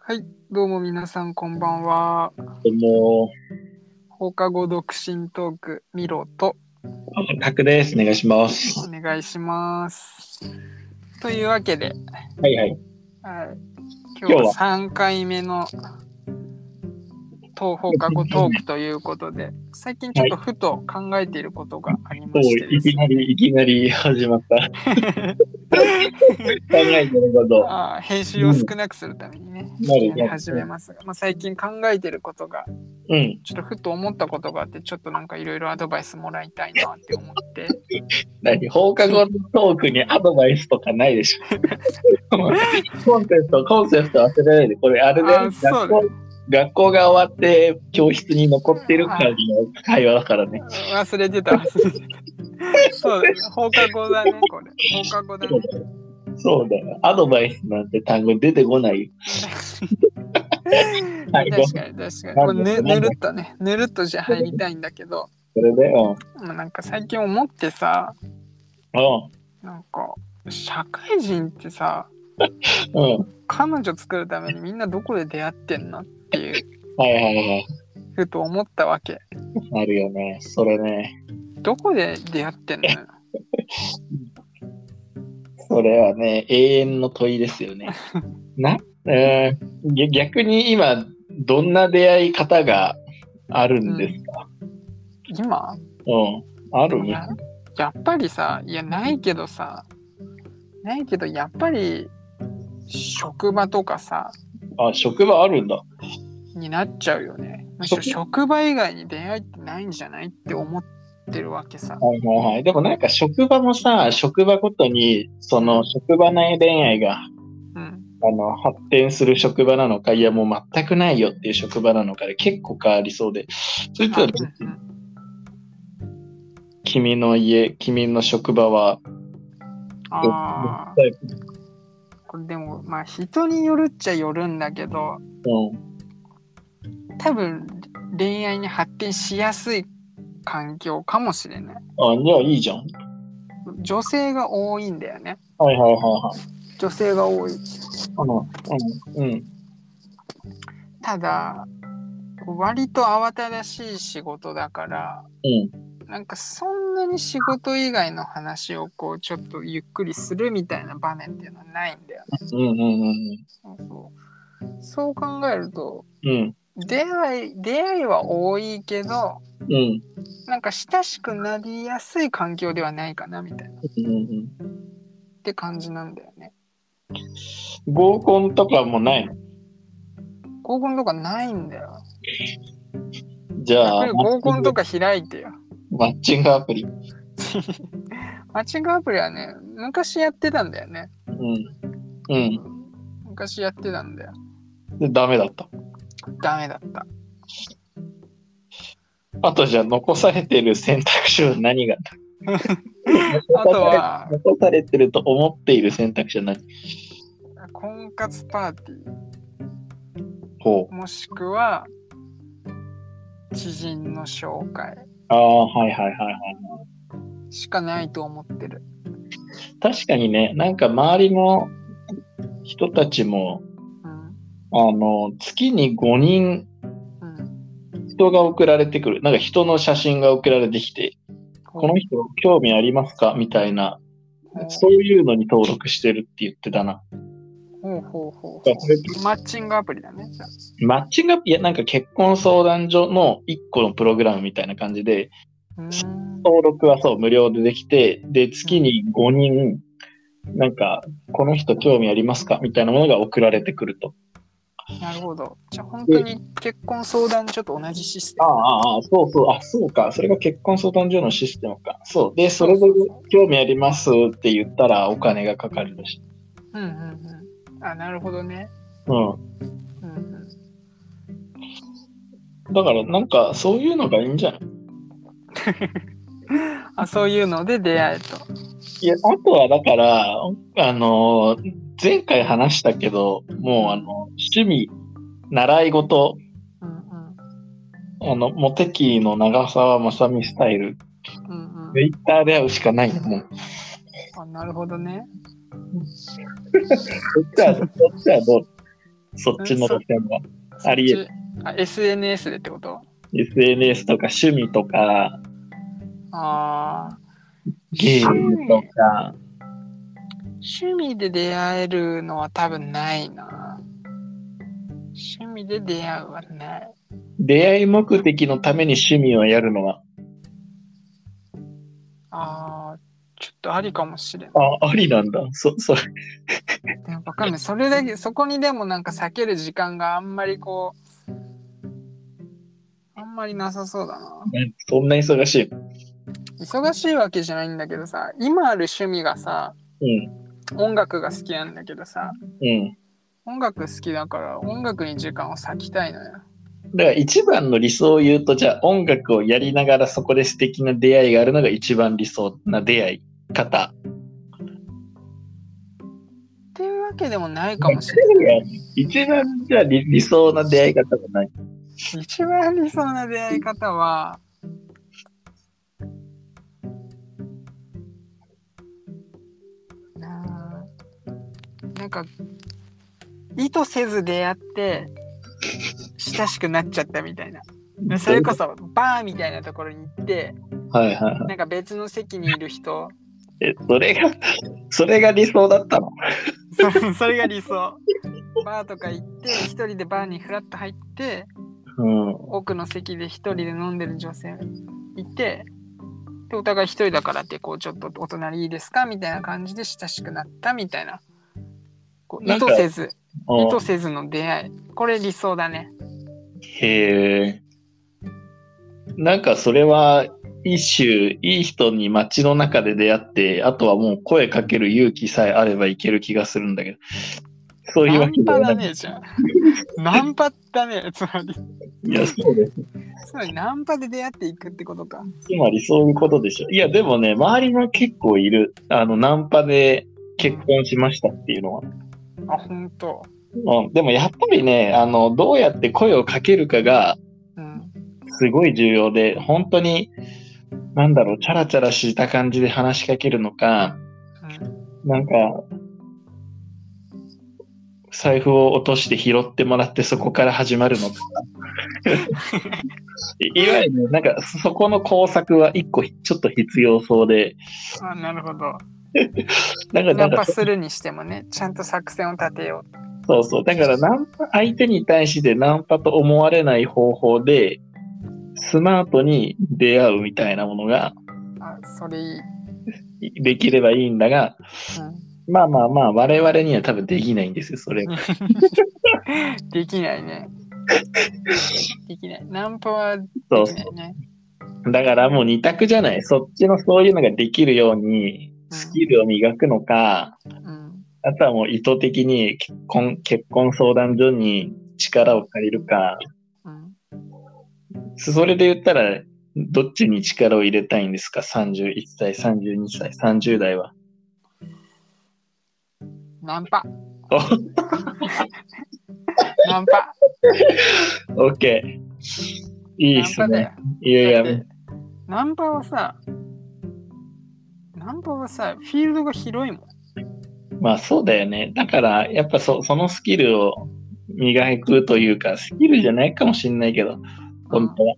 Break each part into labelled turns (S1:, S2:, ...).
S1: はい、どうも皆さんこんばんは。
S2: どうも、
S1: 放課後独身トークミロと
S2: タクです。お願いします。
S1: お願いします。というわけで、
S2: はい
S1: は
S2: はい。
S1: い、今
S2: 日は
S1: 日3回目のと放課後トークということで、最近ちょっとふと考えていることがあり
S2: そ
S1: ま
S2: う、
S1: してで
S2: い
S1: す
S2: き
S1: ね
S2: なり、いきなり始まった。 考えてること。は
S1: あー編集を少なくするためにね、
S2: い
S1: やり
S2: は
S1: 始め
S2: い。
S1: ますが、まあ、最近考えてることが、
S2: うん。
S1: ちょっとふと思ったことがあって、ちょっとなんかいろいろアドバイスもらいたいなって思って。
S2: 何放課後トークにアドバイスとかないでしょ。コンセプト、コンセプト忘れないで。これ、あれだ
S1: あ
S2: よ。
S1: そう
S2: 学校学校が終わって、教室に残ってる感じの会話だからね。
S1: 忘れてた忘れてたそうだね放課後だねこれ放課後だね
S2: そうだよ。アドバイスなんて単語出てこないよ。はい
S1: 確かに確かにこれぬ
S2: な
S1: ぬ
S2: んだ
S1: るっとねぬるっとじゃ入りたいんだけど
S2: それだよ。
S1: まあなんか最近思ってさ
S2: う
S1: なんか社会人ってさ
S2: ん。うん。
S1: 彼女作るためにみんなどこで出会ってんのっていう
S2: はいはいはい。
S1: ふと思ったわけ
S2: あるよね。それね。
S1: どこで出会ってんのよ
S2: それはね、永遠の問いですよ ね。な、うん、ぎ逆に今、どんな出会い方があるんですか、
S1: 今
S2: うん、ある
S1: い
S2: ね
S1: や。やっぱりさいやないけどさないけどやっぱり職場とかさ
S2: あ、職場あるんだ。
S1: になっちゃうよねむしろ
S2: 職
S1: 職場以外に出会いってないんじゃないって思ってるわけさ
S2: はいはいはい。でもなんか職場もさ、職場ごとに、その職場内恋愛が、
S1: うん
S2: あの、発展する職場なのか、いやもう全くないよっていう職場なのかで結構変わりそうで、それ
S1: あ
S2: と
S1: う
S2: は
S1: ん
S2: 君の家、君の職場は、ど
S1: あ
S2: どういうタイ
S1: ーこれでもまあ人によるっちゃよるんだけど
S2: プうん。
S1: 多分恋愛に発展しやすい環境かもしれない
S2: あ、じゃあいいじゃん。
S1: 女性が多いんだよね
S2: はいはいはいはい。
S1: 女性が多い
S2: あの、うん、うん。
S1: ただ割と慌ただしい仕事だから
S2: うん。
S1: なんかそんなに仕事以外の話をこうちょっとゆっくりするみたいな場面っていうのはないんだよね。
S2: うん。うん。うん
S1: そうそうそう考えると
S2: うん。
S1: 出会い出会いは多いけど
S2: うん。
S1: なんか親しくなりやすい環境ではないかなみたいなっ
S2: うん。
S1: て感じなんだよね。
S2: 合コンとかもないの
S1: 合コンとかないんだよ。
S2: じゃあ、
S1: 合コンとか開いてよ。
S2: マッチングアプリ。う
S1: マッチングアプリはね昔やってたんだよね。
S2: ん。うん。
S1: 昔やってたんだよ。
S2: で、ダメだった。
S1: ダメだった。
S2: あとじゃあ、残されてる選択肢は何 が
S1: あとは
S2: 残されてると思っている選択肢は何
S1: 婚活パーティー。
S2: ほう。
S1: もしくは知人の紹介
S2: ああ、はいはいはいはい。
S1: しかないと思ってる。
S2: 確かにね、なんか周りの人たちも、
S1: うん
S2: あの、月に5人
S1: うん、
S2: 人が送られてくる。なんか人の写真が送られてきて、この人興味ありますかみたいな、
S1: ほう
S2: そういうのに登録してるって言ってたな。
S1: ほうほうほ
S2: だからそれ
S1: うマッチングアプリだね。じゃあ
S2: マッチングアプリ、いや、なんか結婚相談所の一個のプログラムみたいな感じで、
S1: うーん
S2: 登録はそう、無料でできて、で、月に5人、なんか、この人興味ありますかみたいなものが送られてくると。
S1: なるほど。じゃあ本当に結婚相談所と同じシステ
S2: あ
S1: ム。
S2: あ、ああ、そうそう、あ、そうか。それが結婚相談所のシステムか。そう。で、それで
S1: そうそうそ
S2: 興味ありますって言ったらお金がかかるし。
S1: うんうんうん。あなるほどね。
S2: うん。
S1: うんうん、
S2: だからなんかそういうのがいいんじゃない
S1: あそういうので出会えと。
S2: いや、あとはだから、あのー、前回話したけど、もうあの、趣味、習い事、
S1: うんうん
S2: あの、モテキーの長澤まさみスタイル、
S1: うんう
S2: ツイッターで会うしかないよ、もう。
S1: ん、あなるほどね。
S2: そっちは、そっちはどうそっちの路線は。ありえ
S1: る。あ SNS でってこと
S2: SNS とか趣味とか、
S1: ああ。
S2: ゲームとか、
S1: 趣味で出会えるのは多分ないな。趣味で出会うはない。
S2: 出会い目的のために趣味をやるのは、
S1: ああ、ちょっとありかもしれない。
S2: あ、ありなんだ。そ、そ、
S1: でもわかんない。それだけ、そこにでもなんか避ける時間があんまりこう、あんまりなさそうだな。
S2: そんな忙しい。
S1: 忙しいわけじゃないんだけどさ、今ある趣味がさ、
S2: うん、
S1: 音楽が好きなんだけどさ、
S2: うん。
S1: 音楽好きだから音楽に時間を割きたいのよ。
S2: だから一番の理想を言うと、じゃあ音楽をやりながらそこで素敵な出会いがあるのが一番理想な出会い方。
S1: っていうわけでもないかもしれない。
S2: 一番じゃあ理理想な出会い方がない。
S1: 一番理想な出会い方は、なあなんか、意図せず出会って、親しくなっちゃったみたいな。それこそ、バーみたいなところに行って、
S2: はいはいはい。
S1: なんか別の席にいる人、
S2: え、それが、それが理想だったの
S1: そ それが理想。バーとか行って、一人でバーにフラッと入って、
S2: うん。
S1: 奥の席で一人で飲んでる女性いてでお互い一人だからってこうちょっとお隣いいですかみたいな感じで親しくなったみたいなこう
S2: な
S1: 意
S2: んか
S1: 図せず
S2: あ
S1: 意図せずの出会いこれ理想だね
S2: へえ。なんかそれは一種いい人に街の中で出会って、あとはもう声かける勇気さえあればいける気がするんだけど、そういう
S1: ナ
S2: わけ
S1: ン
S2: で
S1: パ
S2: はな
S1: だ
S2: い。
S1: ねじゃん ナンパだねつまり
S2: いや、そうです。
S1: つまりナンパで出会っていくってことか
S2: つまりそういうことでしょ。いや、でもね、周りが結構いる。あの、ナンパで結婚しましたっていうのは。
S1: あ本当
S2: うん、でもやっぱりね、あの、どうやって声をかけるかが、
S1: うん
S2: すごい重要で、本当に、なんだろう、チャラチャラした感じで話しかけるのか、なんか、財布を落として拾ってもらってそこから始まるのか。いいわゆる、なんかそこの工作は一個ちょっと必要そうで、
S1: うんあなるほど
S2: だから
S1: ナ
S2: なん
S1: ンパ
S2: か、
S1: するにしてもねちゃんと作戦を立てよ
S2: そうそう、だからナンパ、相手に対してナンパと思われない方法で、スマートに出会うみたいなものが
S1: うあそれいい、
S2: できればいいんだが、まあまあまあ、我々には多分できないんですよ、それが。
S1: うん、できないねできないナンパは
S2: そ
S1: で
S2: う
S1: すね。
S2: だからもう二択じゃない。そっちのそういうのができるように、スキルを磨くのか、
S1: うん。
S2: あとはもう意図的に結婚結婚相談所に力を借りるか、
S1: うん。
S2: それで言ったら、どっちに力を入れたいんですか ?31 歳、32歳、30代は。
S1: ナンパ。
S2: お
S1: ナンパ。
S2: OK。いいで
S1: ナン
S2: す
S1: パだよ
S2: ね。。いやい
S1: だっ
S2: や
S1: て、ナンパはさ、ナンパはさ、フィールドが広いもん。
S2: まあそうだよね。だから、やっぱそそのスキルを磨くというか、スキルじゃないかもしれないけど、本当は。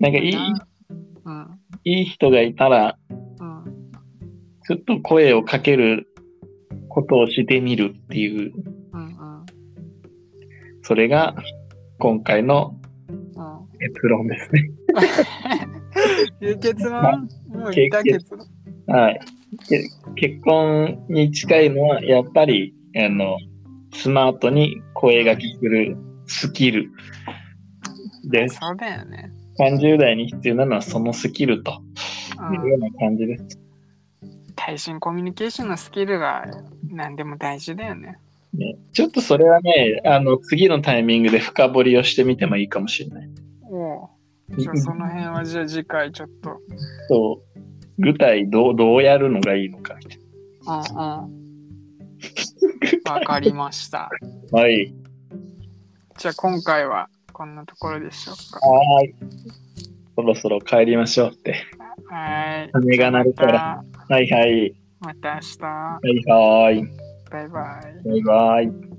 S2: なんかいい、
S1: うん。
S2: いい人がいたら、
S1: うん。うん。
S2: ちょっと声をかけることをしてみるっていう、
S1: うん。
S2: それが今回の
S1: うん。
S2: 結論ですね。
S1: いう結論もう言った結論。
S2: はい。け結婚に近いのは、やっぱり、あの、スマートに声がけするスキルです。
S1: そうだよね。
S2: 30代に必要なのはそのスキルと
S1: う
S2: い
S1: ん
S2: うような感じです。
S1: 対人コミュニケーションのスキルが何でも大事だよね。
S2: ね、ちょっとそれはね、あの、次のタイミングで深掘りをしてみてもいいかもしれない。
S1: おうじゃあその辺はじゃあ次回ちょっと。
S2: そう。具体どう、どうやるのがいいのかみたいな。
S1: うん うん。わかりました。
S2: はい。
S1: じゃあ今回はこんなところでしょうか。
S2: はーい。そろそろ帰りましょうって。
S1: はい。
S2: 鐘が鳴るから
S1: じゃあ
S2: はいはい。
S1: また。また明日。
S2: はいはーい。
S1: バイバイ。
S2: バイバイ。